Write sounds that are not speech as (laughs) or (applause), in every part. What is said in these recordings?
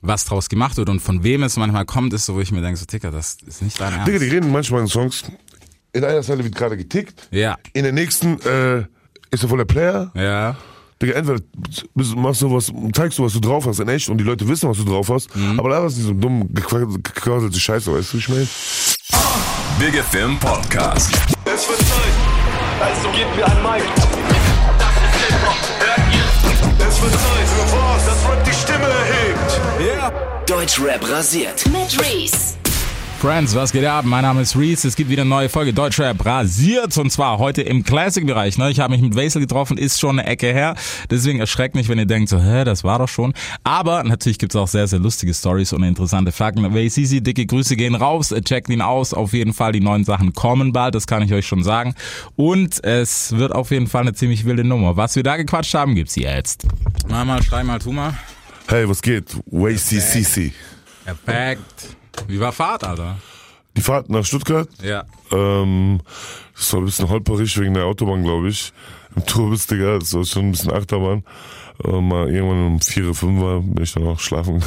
was draus gemacht wird und von wem es manchmal kommt, ist so, wo ich mir denke, so Ticker, das ist nicht dein Digga, Ernst. die reden manchmal in Songs. In einer Zeile wird gerade getickt. Ja, In der nächsten äh, ist er voll der Player. ja, Digga, entweder bist, machst du was, zeigst du, was du drauf hast in echt und die Leute wissen, was du drauf hast. Aber da hast du so einen dummen, gequaselte gequaselte Scheiße, weißt du, wie ich meine? Big FM Podcast. Es wird Zeit. Also gebt mir ein Mic. Es wird Zeit für was? Das Rap die Stimme erhebt. Deutschrap rasiert. Mit Reese. Friends, was geht ab? Mein Name ist Reese. Es gibt wieder eine neue Folge Deutschrap rasiert und zwar heute im Classic-Bereich. Ne? Ich habe mich mit Wesel getroffen, ist schon eine Ecke her. Deswegen erschreckt nicht, wenn ihr denkt, so, hä, das war doch schon. Aber natürlich gibt's auch sehr, sehr lustige Stories und interessante Fakten. Waysisi, dicke Grüße gehen raus, äh, checkt ihn aus. Auf jeden Fall, die neuen Sachen kommen bald, das kann ich euch schon sagen. Und es wird auf jeden Fall eine ziemlich wilde Nummer. Was wir da gequatscht haben, gibt's jetzt. Mal, mal, schrei mal, tu mal. Hey, was geht? WCCC. Perfekt. Wie war Fahrt, Alter? Die Fahrt nach Stuttgart. Ja. Ähm, das war ein bisschen holperig wegen der Autobahn, glaube ich. Im Tourbus, Digga, das war schon ein bisschen Achterbahn. Äh, mal irgendwann um 4, 5 war, bin ich dann auch schlafen.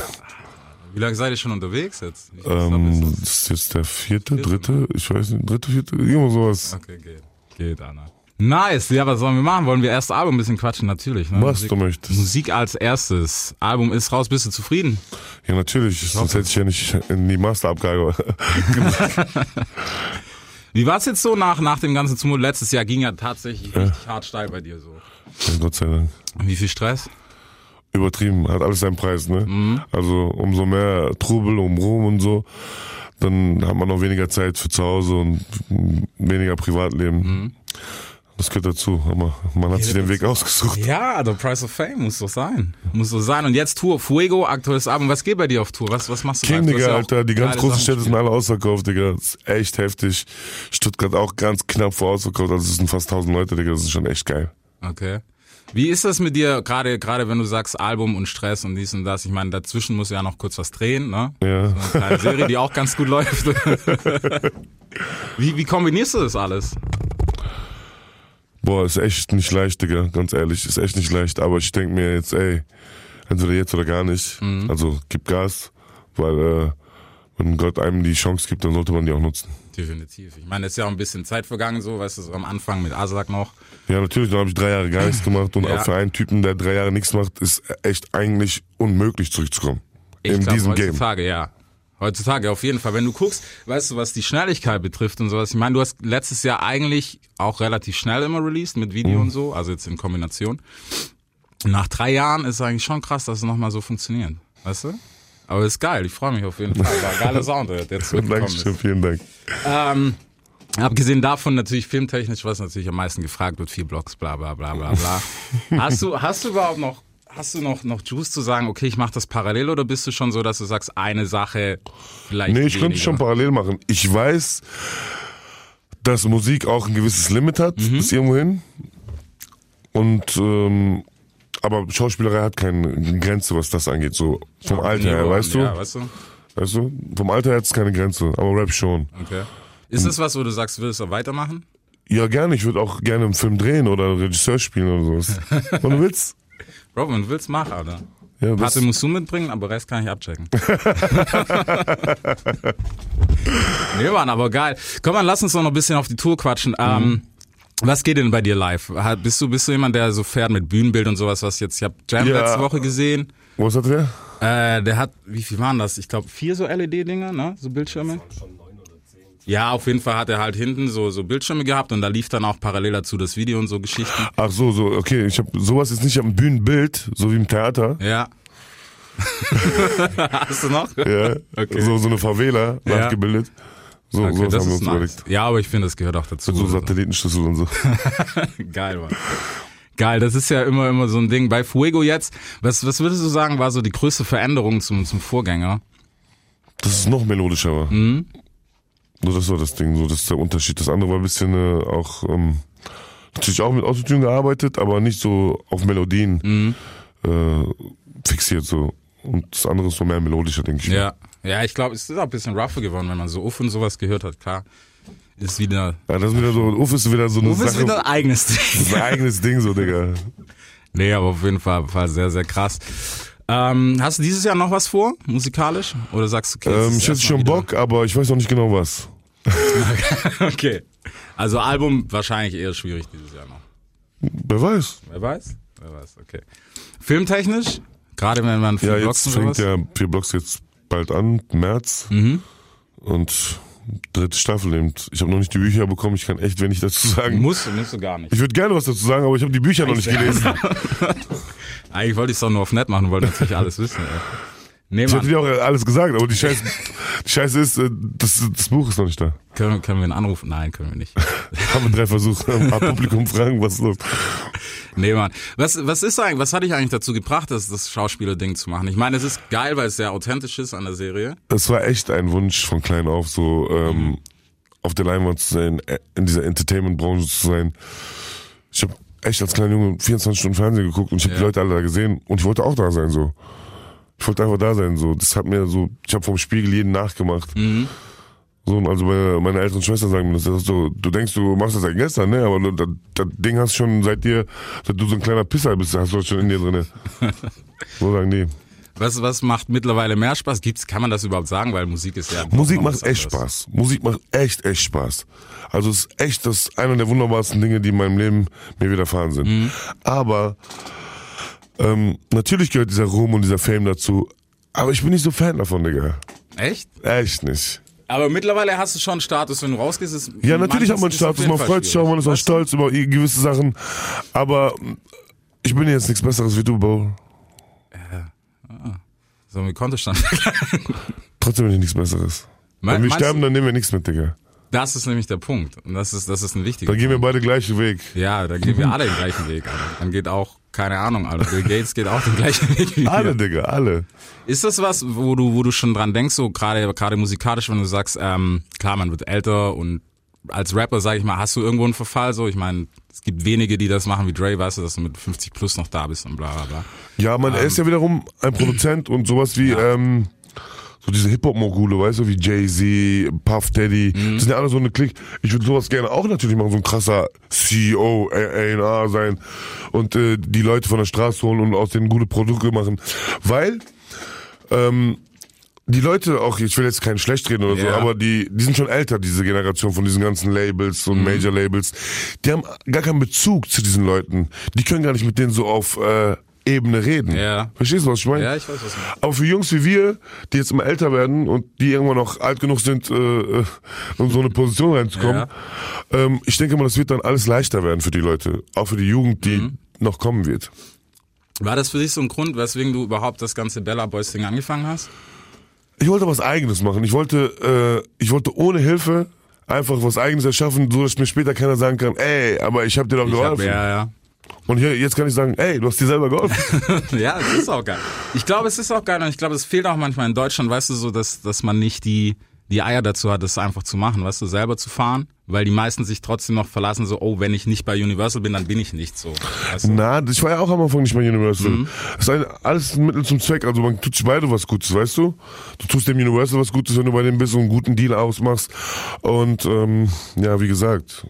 Wie lange seid ihr schon unterwegs jetzt? Wie viel ist Ähm, das? das ist jetzt der vierte, dritte, ich weiß nicht, dritte, vierte, irgendwo sowas. Okay, geht. Geht, Anna. Nice, ja, was sollen wir machen? Wollen wir erst Album ein bisschen quatschen? Natürlich, ne? Was du Musik, möchtest. Musik als erstes. Album ist raus, bist du zufrieden? Ja, natürlich, sonst hätte ich ja nicht in die (laughs) Masterabgabe. Wie war es jetzt so nach, nach dem ganzen Zumut? Letztes Jahr ging ja tatsächlich richtig hart steil bei dir so. ja, Gott sei Dank. Wie viel Stress? Übertrieben, hat alles seinen Preis, ne? Also umso mehr Trubel um Ruhm und so, dann hat man noch weniger Zeit für zu Hause und weniger Privatleben. Das gehört dazu, aber man hat sich den Weg ausgesucht. Ja, The Price of Fame muss doch sein. Muss doch sein. Und jetzt Tour Fuego, aktuelles Album. Was geht bei dir auf Tour? Was, was machst du live? King, Du hast Digga, ja auch Alter. Die ganz geile großen Sachen Städte sind alle ausverkauft, Digga. Das ist echt heftig. Stuttgart auch ganz knapp vor ausverkauft. Also es sind fast 1000 Leute, Digga. Das ist schon echt geil. Okay. Wie ist das mit dir, gerade gerade wenn du sagst Album und Stress und dies und das? Ich meine, dazwischen muss ja noch kurz was drehen, ne? Ja. So eine kleine Serie, die auch ganz gut läuft. wie, wie kombinierst du das alles? Boah, ist echt nicht leicht, Digga. Ganz ehrlich, ist echt nicht leicht. Aber ich denk mir jetzt, ey, entweder jetzt oder gar nicht. Mhm. Also gib Gas, weil äh, wenn Gott einem die Chance gibt, dann sollte man die auch nutzen. Definitiv. Ich meine, es ist ja auch ein bisschen Zeit vergangen, so, weißt du, so am Anfang mit Asak noch. Ja, natürlich, dann habe ich drei Jahre gar nichts gemacht. Und Ja. auch für einen Typen, der drei Jahre nichts macht, ist echt eigentlich unmöglich zurückzukommen. Ich in glaub, diesem Game. heutzutage, ja. Heutzutage auf jeden Fall. Wenn du guckst, weißt du, was die Schnelligkeit betrifft und sowas. Ich meine, du hast letztes Jahr eigentlich auch relativ schnell immer released mit Video Mhm. und so, also jetzt in Kombination. Nach drei Jahren ist es eigentlich schon krass, dass es nochmal so funktioniert. Weißt du? Aber ist geil, ich freue mich auf jeden Fall. War ein geiler Sound, der (laughs) jetzt zurückgekommen halt ist. Dankeschön, vielen Dank. Ähm, abgesehen davon natürlich filmtechnisch, was natürlich am meisten gefragt wird, viel Blogs, bla bla bla bla bla. hast du, hast du überhaupt noch, hast du noch, noch Juice zu sagen, okay, ich mache das parallel oder bist du schon so, dass du sagst, eine Sache vielleicht. Nee, ich könnte weniger? schon parallel machen. Ich weiß, dass Musik auch ein gewisses Limit hat, Mhm. bis irgendwohin. Und ähm, aber Schauspielerei hat keine Grenze, was das angeht. So vom Alter her, weißt du? Ja, weißt du? Weißt du? Vom Alter her hat es keine Grenze, aber Rap schon. Okay. Ist das was, wo du sagst, willst du weitermachen? Ja, gerne. Ich würde auch gerne einen Film drehen oder Regisseur spielen oder sowas. (laughs) Und du willst? Bro, wenn du willst, mach, Alter. Ja, das, Parte musst du mitbringen, aber Rest kann ich abchecken. nee, Mann, aber geil. Komm mal, lass uns doch noch ein bisschen auf die Tour quatschen. Ähm, was geht denn bei dir live? Ha- Bist du, bist du jemand, der so fährt mit Bühnenbild und sowas, was jetzt, ich hab Jam Ja. letzte Woche gesehen. was hat der? Äh, der hat, wie viel waren das? Ich glaube vier so LED-Dinger, ne? So Bildschirme. Ja, auf jeden Fall hat er halt hinten so, so Bildschirme gehabt und da lief dann auch parallel dazu das Video und so (laughs) Geschichten. Ach so, so, okay. Ich habe sowas jetzt nicht am Bühnenbild, so wie im Theater. Ja. (laughs) Hast du noch? Ja. Okay. So, so eine Favela Ja. nachgebildet. So, Okay, sowas das haben wir ist uns nice. überlegt. Ja, aber ich finde, das gehört auch dazu. So Satellitenschüssel und so. (laughs) Geil, Mann. Geil, das ist ja immer, immer so ein Ding. Bei Fuego jetzt, was, was würdest du sagen, war so die größte Veränderung zum, zum Vorgänger? Das ist noch melodischer war. Mhm. So, das war das Ding, so, das ist der Unterschied. Das andere war ein bisschen äh, auch, ähm, natürlich auch mit Autotune gearbeitet, aber nicht so auf Melodien Mhm. äh, fixiert so. Und das andere ist so mehr melodischer, denke ich. mir. Ja. Ja, ich glaube, es ist auch ein bisschen rougher geworden, wenn man so Uff und sowas gehört hat, klar. Ist wieder. ja. Das ist wieder so, Uff ist wieder so eine Uff Sache. ist wieder ein (laughs) eigenes Ding. (laughs) ein eigenes Ding so, Digga. Nee, aber auf jeden Fall, Fall sehr, sehr krass. Ähm, hast du dieses Jahr noch was vor, musikalisch? Oder sagst du, okay, jetzt Ähm, ist ich hätte erstmal schon wieder- Bock, aber ich weiß noch nicht genau was. (laughs) Okay. Also Album wahrscheinlich eher schwierig dieses Jahr noch. Wer weiß. Wer weiß? Wer weiß, okay. Filmtechnisch? Gerade wenn man Ja, viel jetzt Blogs und fängt sowas. ja vier Blocks jetzt bald an, März. Und dritte Staffel eben. Ich habe noch nicht die Bücher bekommen, ich kann echt wenig dazu sagen. Musst du, musst du gar nicht. Ich würde gerne was dazu sagen, aber ich habe die Bücher noch nicht gelesen. Eigentlich wollte ich es doch nur auf nett machen, wollte natürlich alles wissen. Ey. Nee, Ich hätte Mann, dir auch alles gesagt, aber die Scheiße, die Scheiße ist, äh, das, das Buch ist noch nicht da. können, können wir einen Anruf? Nein, können wir nicht. Haben wir drei Versuche, ein paar Publikum fragen, was ist los. Nee, Mann. Was, was ist eigentlich, was hat dich eigentlich dazu gebracht, das, das Schauspieler-Ding zu machen? Ich meine, es ist geil, weil es sehr authentisch ist an der Serie. Es war echt ein Wunsch von klein auf, so ähm, auf der Leinwand zu sein, äh, in dieser Entertainment-Branche zu sein. Ich habe echt als kleiner Junge 24 Stunden Fernsehen geguckt und ich habe die Ja. Leute alle da gesehen und ich wollte auch da sein, so. Ich wollte einfach da sein, so. Das hat mir so, ich habe vom Spiegel jeden nachgemacht. So, und also meine, meine älteren Schwestern sagen mir das, das ist so, du denkst, du machst das seit gestern, ne? Aber du- das, das Ding hast schon seit dir, seit du so ein kleiner Pisser bist, hast du das schon in dir drinne. so sagen die. Was, was macht mittlerweile mehr Spaß? Gibt's, kann man das überhaupt sagen? Weil Musik ist ja. Musik noch macht was echt anderes. Spaß. Musik macht echt, echt Spaß. Also es ist echt das einer der wunderbarsten Dinge, die in meinem Leben mir widerfahren sind. Mhm. Aber ähm, natürlich gehört dieser Ruhm und dieser Fame dazu. Aber ich bin nicht so Fan davon, Digga. Echt? Echt nicht. Aber mittlerweile hast du schon einen Status, wenn du rausgehst. Ist Ja, natürlich hat man manches ist auf Status, jeden man Fall freut sich auch, man schwierig. ist auch stolz über gewisse Sachen. Aber ich bin jetzt nichts Besseres wie du, Bo. So, wie konnte stand. Trotzdem bin ich nichts Besseres. Wenn wir sterben, dann nehmen wir nichts mit, Digga. das ist nämlich der Punkt. Und das ist, das ist ein wichtiger Dann gehen wir beide gleichen Weg. Ja, dann gehen wir alle den gleichen Weg. Alter. Dann geht auch, keine Ahnung, Alter. Bill Gates geht auch den gleichen Weg wie Alle, wir. Digga, alle. Ist das was, wo du, wo du schon dran denkst, so gerade, gerade musikalisch, wenn du sagst, ähm, klar, man wird älter und als Rapper, sag ich mal, hast du irgendwo einen Verfall? So, ich meine, es gibt wenige, die das machen wie Dre, weißt du, dass du mit 50 plus noch da bist und bla bla bla. Ja, man, er ist ja wiederum ein Produzent und sowas wie, ähm, so diese Hip-Hop-Mogule, weißt du, wie Jay-Z, Puff Daddy, Mhm. das sind ja alle so eine Klick. Ich würde sowas gerne auch natürlich machen, so ein krasser E CEO, A&R sein und äh, die Leute von der Straße holen und aus denen gute Produkte machen. Weil, ähm, die Leute auch, ich will jetzt keinen schlecht reden oder Ja. so, aber die, die sind schon älter, diese Generation von diesen ganzen Labels Mhm. und Major Labels. Die haben gar keinen Bezug zu diesen Leuten. Die können gar nicht mit denen so auf äh, Ebene reden. Ja. Verstehst du, was ich meine? Ja, ich weiß, was du meinst. Aber für Jungs wie wir, die jetzt immer älter werden und die irgendwann noch alt genug sind, äh, äh, um so eine Position reinzukommen, ähm, ich denke mal, das wird dann alles leichter werden für die Leute. Auch für die Jugend, die Mhm. noch kommen wird. War das für dich so ein Grund, weswegen du überhaupt das ganze Bella Boys Ding angefangen hast? Ich wollte was Eigenes machen. Ich wollte, äh, ich wollte ohne Hilfe einfach was Eigenes erschaffen, so dass mir später keiner sagen kann, ey, aber ich habe dir doch Ich hab, geholfen. ja, Und hier, jetzt kann ich sagen, ey, du hast dir selber geholfen. ja. (laughs) ja, es ist auch geil. Ich glaube, es ist auch geil und ich glaube, es fehlt auch manchmal in Deutschland, weißt du, so, dass, dass man nicht die, die Eier dazu hat, das einfach zu machen, weißt du, selber zu fahren, weil die meisten sich trotzdem noch verlassen, so, oh, wenn ich nicht bei Universal bin, dann bin ich nicht so. Weißt du? Na, ich war ja auch am Anfang nicht bei Universal. Das ist ein, alles ein Mittel zum Zweck. Also man tut sich beide was Gutes, weißt du? Du tust dem Universal was Gutes, wenn du bei dem bist und einen guten Deal ausmachst. Und ähm, ja, wie gesagt,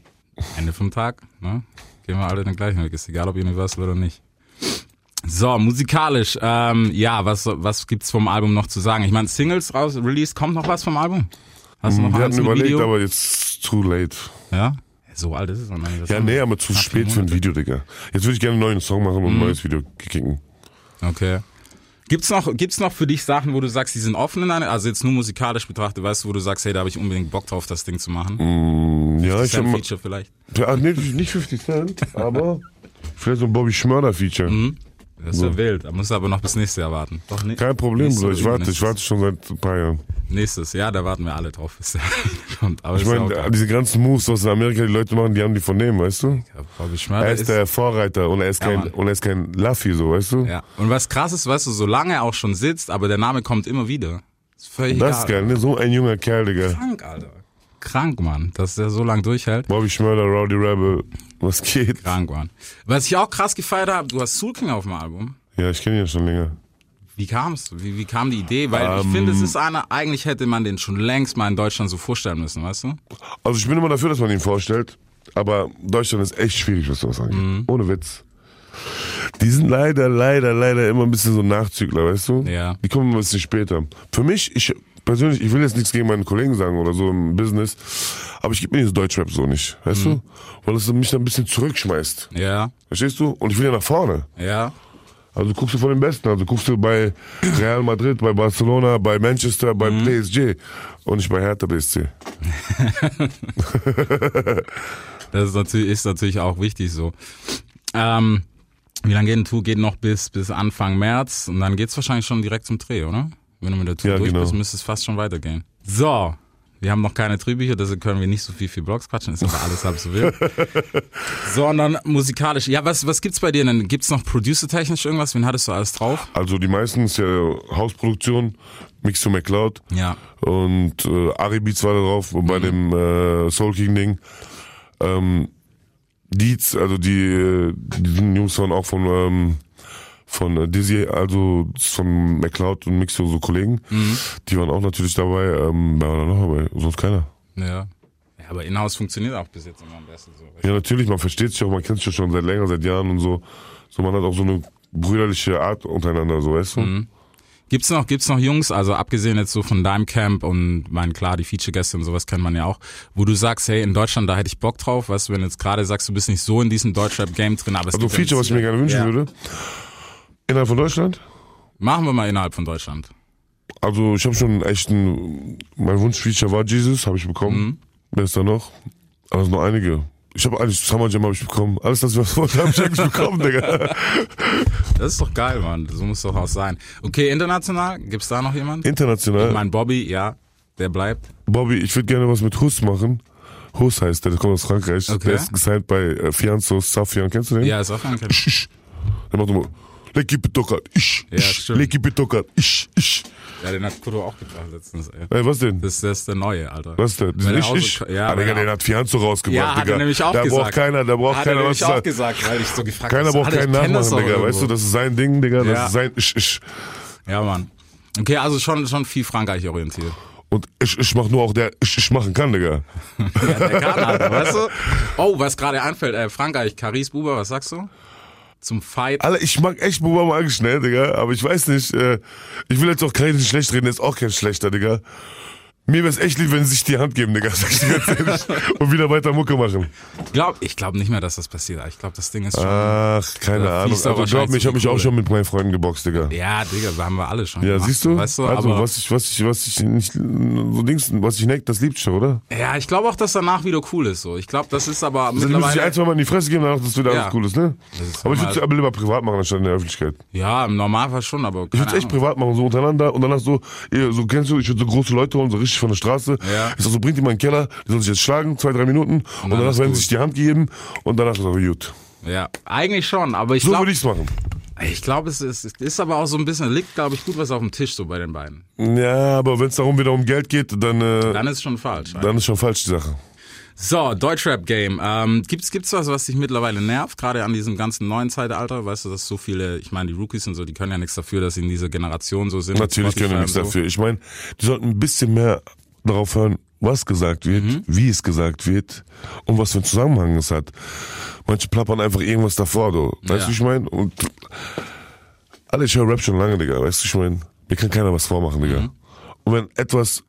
Ende vom Tag, ne? Gehen wir alle den gleichen Weg, ist egal ob Universal oder nicht. So, musikalisch, ähm, ja, was, was gibt's vom Album noch zu sagen? Ich meine, Singles raus, Release, kommt noch was vom Album? Hast du noch Hm, wir eins hatten mit überlegt, Video? aber jetzt too late. Ja? So alt ist es noch nicht. Ja, nee, aber zu spät für ein Video, Digga. Jetzt würde ich gerne einen neuen Song machen und ein neues Video kicken. Okay. Gibt's noch, gibt's noch für dich Sachen, wo du sagst, die sind offen in einer, also jetzt nur musikalisch betrachtet, weißt du, wo du sagst, hey, da habe ich unbedingt Bock drauf, das Ding zu machen? Mm, Ja, ist Mhm. ich ja hab ein mal, Feature vielleicht. Ja, nee, nicht 50 Cent, aber vielleicht so ein Bobby Schmörder-Feature. Das ist ja wild, da musst du aber noch bis nächstes Jahr warten. Doch, ne, Kein Problem, nächstes Bruder. Ich oder warte, ich warte schon seit ein paar Jahren. Nächstes Jahr, da warten wir alle drauf, bis (laughs) der kommt. Aber Ich ist ja auch meine, geil. diese ganzen Moves, was in Amerika die Leute machen, die haben die von dem, weißt du? Ja, Bobby Er Schmörder ist ist, der Vorreiter und er ist Ja, kein, Mann. und er ist kein Luffy, so, weißt du? ja. Und was krass ist, weißt du, solange er auch schon sitzt, aber der Name kommt immer wieder. Ist völlig Das ist egal. geil, ne? So ein junger Kerl, Digga. Krank, Alter. Krank, Mann, dass der so lange durchhält. Bobby Schmörder, Rowdy Rebel. Was geht? Krank, Mann. Was ich auch krass gefeiert habe, du hast Soul King auf dem Album. Ja, ich kenne ihn ja schon länger. Wie kam's? Wie, wie kam die Idee? Weil ich finde, es Ähm. ist einer, eigentlich hätte man den schon längst mal in Deutschland so vorstellen müssen, weißt du? Also ich bin immer dafür, dass man ihn vorstellt, aber Deutschland ist echt schwierig, was sowas angeht. Ohne Witz. Die sind leider, leider, leider immer ein bisschen so Nachzügler, weißt du? Ja. Die kommen immer ein bisschen später. Für mich, ich persönlich, ich will jetzt nichts gegen meine Kollegen sagen oder so im Business, aber ich gebe mir dieses Deutschrap so nicht, weißt du? Weil es mich dann ein bisschen zurückschmeißt. Ja, Verstehst du? Und ich will ja nach vorne. ja. Also guckst du von den Besten. Also guckst du bei Real Madrid, bei Barcelona, bei Manchester, bei PSG und nicht bei Hertha BSC. Das ist natürlich, ist natürlich auch wichtig so. Ähm, wie lange geht ein Tour? Geht noch bis, bis Anfang März und dann geht's wahrscheinlich schon direkt zum Dreh, oder? Wenn du mit der Tour Ja, durch genau. bist, müsste es fast schon weitergehen. So. Wir haben noch keine Drehbücher, deshalb können wir nicht so viel viel Blogs quatschen, ist aber alles halb so (laughs) wild. Sondern musikalisch. Ja, was, was gibt's bei dir denn? Gibt's noch producer-technisch irgendwas? Wen hattest du alles drauf? Also die meisten ist ja Hausproduktion, Mix to McCloud Ja. und äh, Ari Beats war da drauf und bei dem äh, Soul King Ding. Ähm, Deeds, also die, äh, die Jungs waren auch von ähm, von äh, Dizzy, also von McCloud und Mix so Kollegen. Die waren auch natürlich dabei. Ähm, wer war da noch dabei? Sonst keiner. Ja. ja aber Inhouse funktioniert auch bis jetzt immer am besten so. Ja, natürlich, man versteht sich auch, man kennt sich schon seit länger, seit Jahren und so. So, man hat auch so eine brüderliche Art untereinander, so, weißt du? Gibt's noch, gibt's noch Jungs, also abgesehen jetzt so von Dime Camp und mein klar, die Feature-Gäste und sowas kennt man ja auch, wo du sagst, hey, in Deutschland, da hätte ich Bock drauf, weißt du, wenn du jetzt gerade sagst, du bist nicht so in diesem Deutschrap-Game drin, aber es Also, gibt ja Feature, was ich mir viele- gerne wünschen Ja. würde. Innerhalb von Deutschland? Machen wir mal innerhalb von Deutschland. Also, ich habe schon einen echten, mein Wunschfeature war Jesus, habe ich bekommen. Mhm. Wer ist da noch? Aber es sind noch einige. Ich habe alles, Summer Jam habe ich bekommen. Alles, das wir wollte, habe ich eigentlich (laughs) bekommen, Digga. Das ist doch geil, Mann, so muss doch auch sein. Okay, international, gibt's da noch jemand? International. mein Bobby, ja, der bleibt. Bobby, ich würde gerne was mit Huss machen. Huss heißt der, der kommt aus Frankreich. Okay. Der ist gesigned bei äh, Fianzo Safian. Kennst du den? Ja, ist auch ein ich. Dann macht er immer, Lecky Pitokat, ich, Ja, ich, stimmt. Lecky Pitokat, ich, ich. Ja, den hat Kudo auch gebracht letztens, ey. Ey, was denn? Das, das ist der Neue, Alter. Was denn? Weil er Nicht auch so- ich? Ja, ah, weil Digga, er den auch- hat Fianzo rausgebracht, ja, hat Digga. er nämlich auch da gesagt. braucht keiner, da braucht hat keiner er nämlich was zu auch sagen. gesagt, weil ich so gefragt Keiner habe. braucht Alter, keinen ich kenn das Nachmachen, doch Digga. irgendwo. Weißt du, das ist sein Ding, Digga. Das Ja. ist sein Ich, ich. Ja, Mann. Okay, also schon, schon viel Frankreich orientiert. Und ich, ich mach nur auch der Ich, ich machen kann, Digga. Ja, der kann halt, (laughs) weißt du? Oh, was gerade einfällt, äh, Frankreich, Caris Buber, was sagst du? Zum Fight. Alter, ich mag echt Bubba mal eigentlich schnell, Digga. Aber ich weiß nicht, äh, ich will jetzt auch keinen schlecht reden, der ist auch kein schlechter, Digga. Mir wär's echt lieb, wenn sie sich die Hand geben, Digga. (laughs) Sag ich dir ganz ehrlich. Und wieder weiter Mucke machen. Ich glaub, ich glaube nicht mehr, dass das passiert. Ich glaube, das Ding ist schon. Ah. Ach, keine Da Ahnung. fließt doch Also glaub mir, wahrscheinlich ich so habe mich die auch Kohle. schon mit meinen Freunden geboxt, Digga. Ja, Ja, Digga, da haben wir alle schon. gemacht, siehst du? Weißt du, also aber, was ich, was ich, was ich nicht, so Dings, was ich neckt, das liebt schon, oder? ja, ich glaube auch, dass danach wieder cool ist. So, ich glaube, das ist aber Also du musst dich ein, mittlerweile. zwei Mal in die Fresse geben, danach, dass du da Ja. alles cool ist, ne? ist Aber normal. ich würde es aber lieber privat machen, anstatt in der Öffentlichkeit. Ja, im Normalfall schon, aber. Ich keine würde echt Ahnung. privat machen, so untereinander und danach so, ihr, so kennst du, ich würde so große Leute holen, so richtig von der Straße. Ja. Ich sag so, bringt die mal in den Keller, die sollen sich jetzt schlagen, zwei, drei Minuten und, dann danach ist werden gut. sie sich die Hand geben und danach ist aber gut. Ja, eigentlich schon, aber ich So glaube, würde ich's machen. ich glaube, es ist, es ist aber auch so ein bisschen, liegt, glaube ich, gut was auf dem Tisch so bei den beiden. Ja, aber wenn es darum wieder um Geld geht, dann, äh, Dann ist schon falsch. dann ist schon falsch die Sache. So, Deutschrap-Game. Ähm, gibt's, gibt's was, was dich mittlerweile nervt, gerade an diesem ganzen neuen Zeitalter? Weißt du, dass so viele, ich meine, die Rookies und so, die können ja nichts dafür, dass sie in dieser Generation so sind. Natürlich Spotify können wir nichts und so. dafür. Ich meine, die sollten ein bisschen mehr darauf hören, was gesagt wird, Mhm. wie es gesagt wird und was für einen Zusammenhang es hat. Manche plappern einfach irgendwas davor, du. Weißt Ja. du, wie ich meine? Und alle, ich höre Rap schon lange, Digga. Weißt du, ich meine, mir kann keiner was vormachen, Digga. Mhm. Und wenn etwas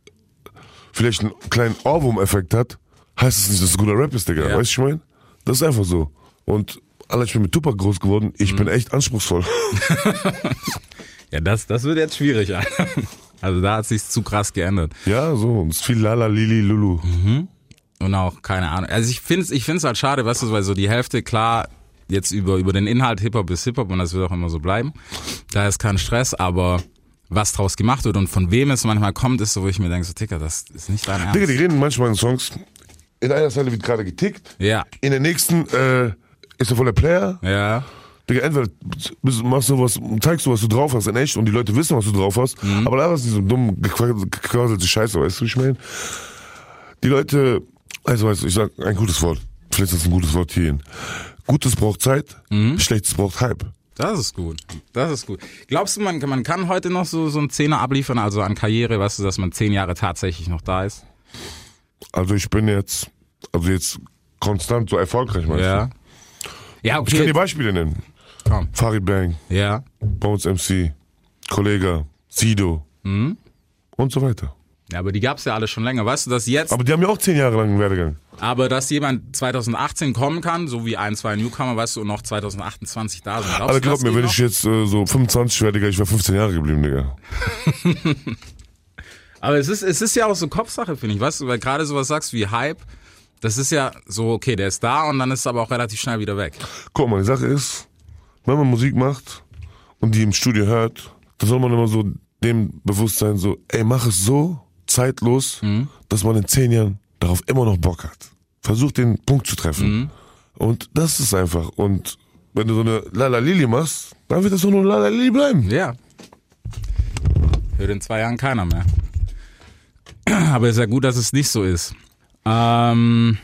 vielleicht einen kleinen Ohrwurm-Effekt hat, heißt es nicht, dass es guter Rap ist, Digga. Ja. Weißt du, ich meine? Das ist einfach so. Und alle, ich bin mit Tupac groß geworden. Mhm. Ich bin echt anspruchsvoll. (laughs) Ja, das, das wird jetzt schwierig. Alter. Also da hat sich's zu krass geändert. ja, so. Und es ist viel Lala, Lili, Lulu. Und auch, keine Ahnung. Also ich find's, ich find's halt schade, weißt du, weil so die Hälfte, klar, jetzt über, über den Inhalt Hip-Hop ist Hip-Hop und das wird auch immer so bleiben. Da ist kein Stress, aber was draus gemacht wird und von wem es manchmal kommt, ist so, wo ich mir denke, so, Ticker, das ist nicht dein Digga, die Ernst. reden manchmal in Songs. In einer Zeile wird gerade getickt. Ja, In der nächsten äh, ist er voll der Player. ja. Digga, entweder bist, machst du was, zeigst du, was du drauf hast in echt und die Leute wissen, was du drauf hast. Mhm. Aber da warst du so dumm gequasselte Scheiße, weißt du, wie ich meine? Die Leute, also weißt du, ich sag ein gutes Wort. Vielleicht ist das ein gutes Wort hierhin. Gutes braucht Zeit, Mhm. Schlechtes braucht Hype. Das ist gut. Das ist gut. Glaubst du, man, kann- man kann heute noch so, so einen Zehner abliefern, also an Karriere, weißt du, dass man zehn Jahre tatsächlich noch da ist? Also ich bin jetzt, also jetzt konstant so erfolgreich, meinst du? Ja. Ja, okay. Ich kann dir Beispiele nennen. Komm. Farid Bang, Ja. Bones MC, Kollega, Sido und so weiter. ja aber die gab's ja alle schon länger. Weißt du, dass jetzt, Aber die haben ja auch zehn Jahre lang einen Werdegang. aber dass jemand 2018 kommen kann, so wie ein, zwei Newcomer, weißt du, und noch 2028 da sind. Glaubst Aber du, glaub das mir, geht wenn noch? ich jetzt äh, so 25 wäre, Digga, ich wäre 15 Jahre geblieben, Digga. Aber es ist, es ist ja auch so Kopfsache, finde ich, weißt du, weil gerade sowas sagst wie Hype, das ist ja so, okay, der ist da und dann ist es aber auch relativ schnell wieder weg. Guck mal, die Sache ist, wenn man Musik macht und die im Studio hört, dann soll man immer so dem bewusst sein, so, ey, mach es so zeitlos, dass man in zehn Jahren darauf immer noch Bock hat. Versuch den Punkt zu treffen. Und das ist einfach. Und wenn du so eine Lala Lili machst, dann wird das doch nur Lala Lili bleiben. Ja. Hört in zwei Jahren keiner mehr. (clears throat) Aber ist ja gut, dass es nicht so ist. Ähm,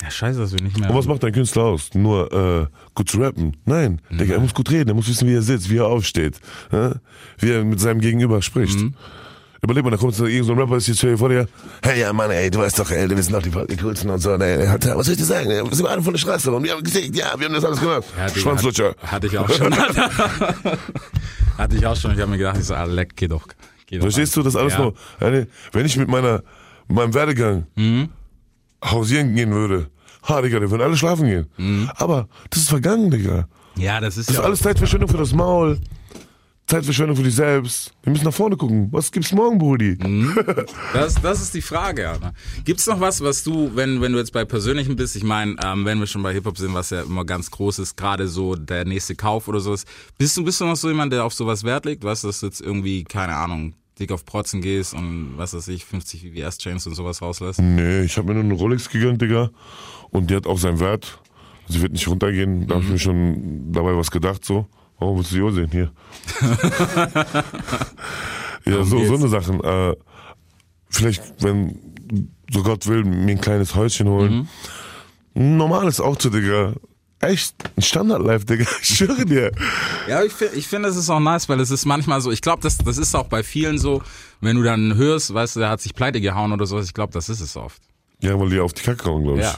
ja, scheiße, dass wir nicht mehr. Und was macht ein Künstler aus? Nur äh, gut zu rappen? Nein, Digga, er muss gut reden, er muss wissen, wie er sitzt, wie er aufsteht, hä? wie er mit seinem Gegenüber spricht. Mhm. Überleg mal, da kommt so irgendein so ein Rapper, ist jetzt hier vor dir, hey, ja, Mann, ey, du weißt doch, ey, wir sind doch die, die Coolsten und so, ey, hat- was soll ich dir sagen, ey, wir sind alle von der Straße und wir haben gesägt, ja, wir haben das alles gemacht. Ja, Digga, Schwanzlutscher. Hat, hatte ich auch schon. (laughs) hatte ich auch schon. Ich habe mir gedacht, ich so, ah, leck, geh doch. Geh doch (laughs) Verstehst du, das alles Ja. nur, eine, wenn ich mit meiner, meinem Werdegang Mhm. hausieren gehen würde, ha, Digga, wir würden alle schlafen gehen. Mhm. Aber das ist vergangen, Digga. Ja, das ist Das ja. ist alles Zeitverschwendung für das Maul. Zeitverschwendung für dich selbst. Wir müssen nach vorne gucken. Was gibt's morgen, Brudi? Mhm. Das, das ist die Frage. Anna. Gibt's noch was, was du, wenn, wenn du jetzt bei Persönlichem bist, ich meine, ähm, wenn wir schon bei Hip-Hop sind, was ja immer ganz groß ist, gerade so der nächste Kauf oder sowas, bist du, bist du noch so jemand, der auf sowas Wert legt? Weißt du, dass du jetzt irgendwie, keine Ahnung, dick auf Protzen gehst und was weiß ich, 50 VVS-Chains und sowas rauslässt? Nee, ich habe mir nur eine Rolex gegönnt, Digga. Und die hat auch seinen Wert. Sie wird nicht runtergehen. Da hab ich Mhm. mir schon dabei was gedacht, so. Warum willst du die Uhr sehen (laughs) hier? ja, so, so geht's. eine Sachen. Äh, vielleicht, wenn, so Gott will, mir ein kleines Häuschen Mhm. holen. Ein normales Auto, Digga. Echt, ein Standard-Life, Digga. (laughs) Ich schwöre dir. Ja, ich finde, ich find, das ist auch nice, weil es ist manchmal so, ich glaube, das, das ist auch bei vielen so, wenn du dann hörst, weißt du, der hat sich pleite gehauen oder sowas, ich glaube, das ist es oft. Ja, weil die auf die Kacke hauen, glaube ich. Ja.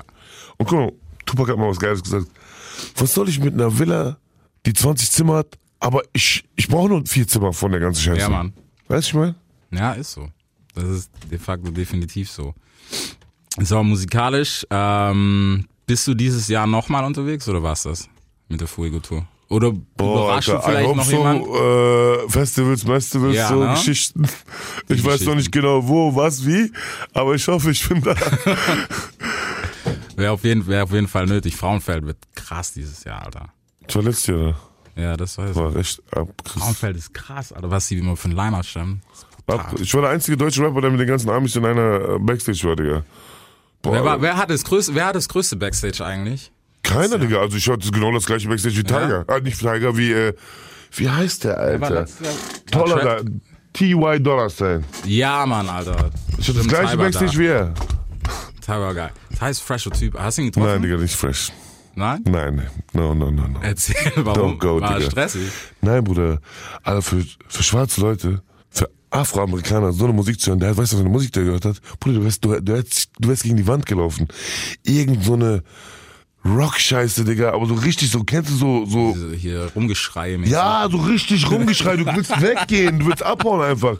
Und guck mal, Tupac hat mal was Geiles gesagt. Was soll ich mit einer Villa, die 20 Zimmer hat, aber ich, ich brauche nur vier Zimmer von der ganzen Scheiße. Ja, Mann. Weißt du, ich meine? Ja, ist so. Das ist de facto definitiv so. So, musikalisch, ähm, bist du dieses Jahr nochmal unterwegs oder war's das mit der Fuego-Tour? Oder überrascht du I vielleicht hope noch so, jemand? äh, Festivals, Festivals, Ja, so ne? Geschichten. Ich weiß noch Geschichten. nicht genau wo, was, wie, aber ich hoffe, ich (laughs) bin da. Wäre auf, jeden, wär auf jeden Fall nötig. Frauenfeld wird krass dieses Jahr, Alter. ich war letztes Jahr Ja, das war da. jetzt. ne? War echt abgerissen. Frauenfeld ist krass, Alter. Was sie immer für ein Liner stemmen. Ab, ich war der einzige deutsche Rapper, der mit den ganzen Amis in einer äh, Backstage war, Digga. Boah, Wer, war, wer, hat das größte, wer hat das größte Backstage eigentlich? Keiner, Digga. Also ich hatte genau das gleiche Backstage wie Tiger. Ah, nicht Tiger, wie, äh, wie heißt der, Alter? äh, Dollar da. Trap? T.Y. Dollarstein. Ja, Mann, Alter. Ich hatte das Stimmt, gleiche Ty war Backstage da. wie er. Ty war geil. Ty ist fresher Typ. Hast du ihn Nein, getroffen? Digga, nicht fresh. Nein? Nein, nee. no, no, no, no. Erzähl, warum? Don't go, war Digga. stressig. Nein, Bruder. Alter, für, für schwarze Leute, für Afroamerikaner, so eine Musik zu hören, der hat, weißt du, was für eine Musik der gehört hat? Bruder, du wärst, du, du, hättest- du wärst gegen die Wand gelaufen. Irgend so eine Rock-Scheiße, Digga, aber so richtig, so, kennst du so, so, Diese hier rumgeschreie mäßig. Ja, so richtig rumgeschrei, du willst weggehen, du willst abhauen einfach.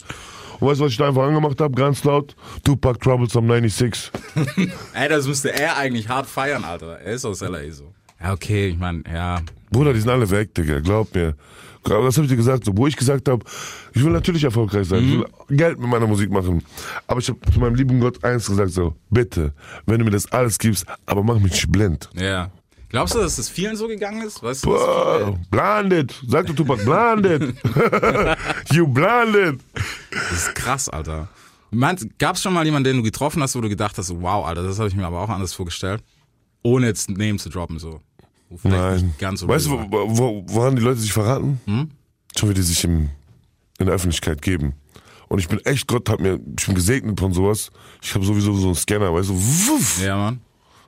Und weißt du, was ich da einfach angemacht habe, ganz laut? Tupac Troublesome 96. (laughs) Ey, das müsste er eigentlich hart feiern, Alter. Er ist aus LA so. Ja, okay, ich meine, ja. Bruder, die sind alle weg, Digga, glaub mir. Aber das habe ich dir gesagt, so, wo ich gesagt habe, ich will natürlich erfolgreich sein, ich will Geld mit meiner Musik machen. Aber ich habe zu meinem lieben Gott eins gesagt, so, bitte, wenn du mir das alles gibst, aber mach mich nicht blind. Ja. Glaubst du, dass es vielen so gegangen ist? Weißt du, dass Boah, blinded, sagte Tupac, blinded. (laughs) you blinded. viele- das ist krass, Alter. Meinst, gab's schon mal jemanden, den du getroffen hast, wo du gedacht hast, wow, Alter, das habe ich mir aber auch anders vorgestellt? Ohne jetzt Namen zu droppen, so. Wo vielleicht Nein. nicht Ganz so Hm? weißt du, blöd war. wo, wo, woran die Leute sich verraten? Schon wieder sich im, in der Öffentlichkeit geben. Und ich bin echt, Gott hat mir, ich bin gesegnet von sowas. Ich habe sowieso so einen Scanner, weißt du, wuff, Ja, Mann.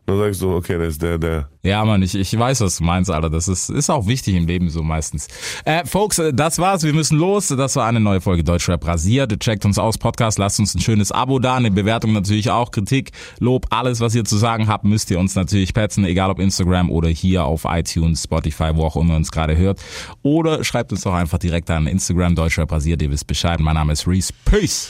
Dann sag ich so, okay, der ist der, der. Ja, Mann, ich, ich weiß, was du meinst, Alter. Das ist, ist auch wichtig im Leben so meistens. Äh, Folks, äh, das war's. Wir müssen los. Das war eine neue Folge Deutschrap rasiert. Checkt uns aus, Podcast. Lasst uns ein schönes Abo da. Eine Bewertung natürlich auch. Kritik, Lob, alles, was ihr zu sagen habt, müsst ihr uns natürlich petzen. Egal ob Instagram oder hier auf iTunes, Spotify, wo auch immer ihr uns gerade hört. Oder schreibt uns doch einfach direkt an Instagram Deutschrap rasiert. Ihr wisst Bescheid. Mein Name ist Reese. Peace.